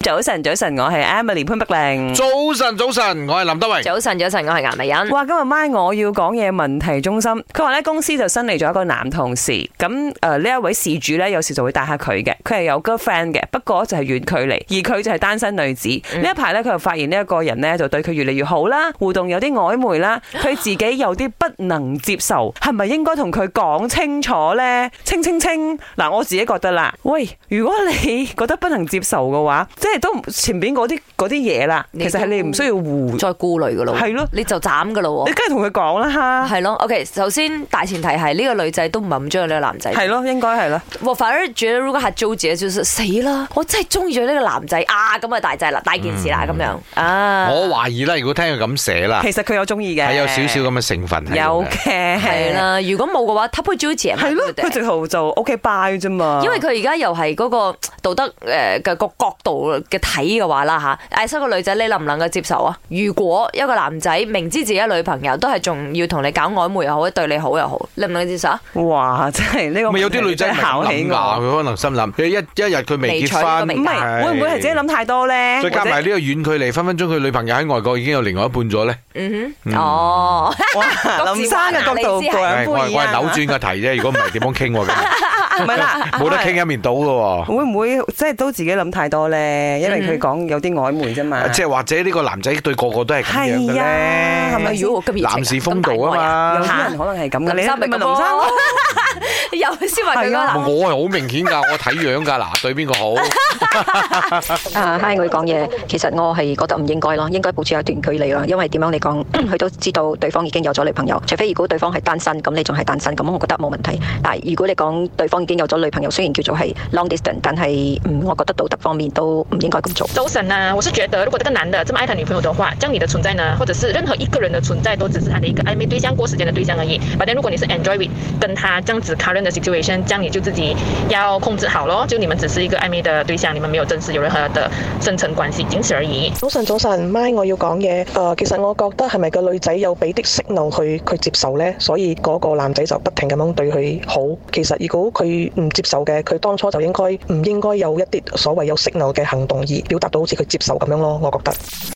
早晨，早晨，我係 Emily 潘碧玲。早晨，早晨，我系林德荣。 早晨，早晨，我系颜美欣。哇！今日晚我要講嘢問題中心，佢話咧公司就新嚟咗一個男同事，咁誒呢一位事主咧有時就會帶下佢嘅，佢係有 girlfriend 嘅，不過就係遠距離，而佢就係單身女子。呢、一排咧佢就發現呢一個人咧就對佢越嚟越好啦，互動有啲曖昧啦，佢自己有啲不能接受，係咪應該同佢講清楚咧？清清清！嗱，我自己覺得啦，喂，如果你覺得不能接受嘅話，即係都唔前邊嗰啲嗰啲嘢啦，你其實係你唔需要互。再顧慮噶咯，係咯你就斬噶咯你喎，梗係同佢講啦哈。 係咯。OK，首先大前提係呢個女仔都唔係咁中意呢個男仔，系咯，应该系咯。我反而覺得如果係周姐就是死啦，我真係中意咗呢個男仔啊，咁啊大劑啦，大件事嗯啦咁樣 啊。我懷疑咧，如果聽佢咁寫啦，其實佢有中意嘅，係有少少咁嘅成分喺度嘅有 嘅，係，啦，如果冇嘅話，他配周姐係咯，佢直頭就 OK bye 啫嘛。啊因為佢而家又係嗰個道德誒嘅個角度嘅睇嘅話啦吓，誒，收個女仔你能唔能夠接受啊？如果一個男仔明知自己女朋友都係仲要同你搞曖昧又好，對你好又好，你唔能夠接受啊？哇，真係呢個咪有啲女仔真係考考起起噶，我。佢可能心諗，佢一一日佢未未娶結都未婚，唔係，會唔會係自己諗太多咧？再加或者埋呢個遠距離，分分鐘佢女朋友喺外國已經有另外一半咗咧。嗯哼，哦， 哇，林生嘅角度個人係我不係一我係樣扭啊。轉個題啫，如果唔係點樣傾喎？ 咁唔係啦，冇得傾一面倒嘅喎。會唔會即係都自己諗太多咧？因為佢講有啲曖昧啫嘛。即係或者呢個男仔對個個都係咁樣嘅係啊係咧，咪如果我今 日男士風度啊 有嘛。啲人可能係咁嘅，你啊林生咪咪咁林生咯啊 咯，有先話佢嗰個係啊男我係好明顯㗎，我睇樣㗎嗱，對邊個好？啊，hi，我要講嘢，其實我係覺得唔應該咯，應該保持一段距離咯，因為點樣嚟講， 佢都知道對方已經有咗女朋友，除非如果對方係單身，咁你仲係單身，咁我覺得冇問題。但係如果你講對方已經有咗女朋友，雖然叫做係 long distance，但係嗯，我覺得道德方面都唔應該咁做。周神啊，我是觉得，如果这个男的这么爱他女朋友的话，这样你的存在呢，或者是任何一个人的存在，都只是他的一个暧昧对象、过时间的对象而已。反正如果你是 enjoy with 跟他这样子 current 的 situation，这样你就自己要控制好咯。就你们只是一个暧昧的对象，你们没有正式有任何的深层关系，仅此而已。早晨，早晨，My 我要講嘢。誒、呃其實我覺得係咪個女仔有俾啲 signal 佢佢接受呢？所以嗰個男仔就不停咁樣對佢好。其實如果佢唔接受嘅，佢當初就應該唔應該有一啲所謂有 signal 嘅行動而表達到好似佢接受咁樣咯？我覺得。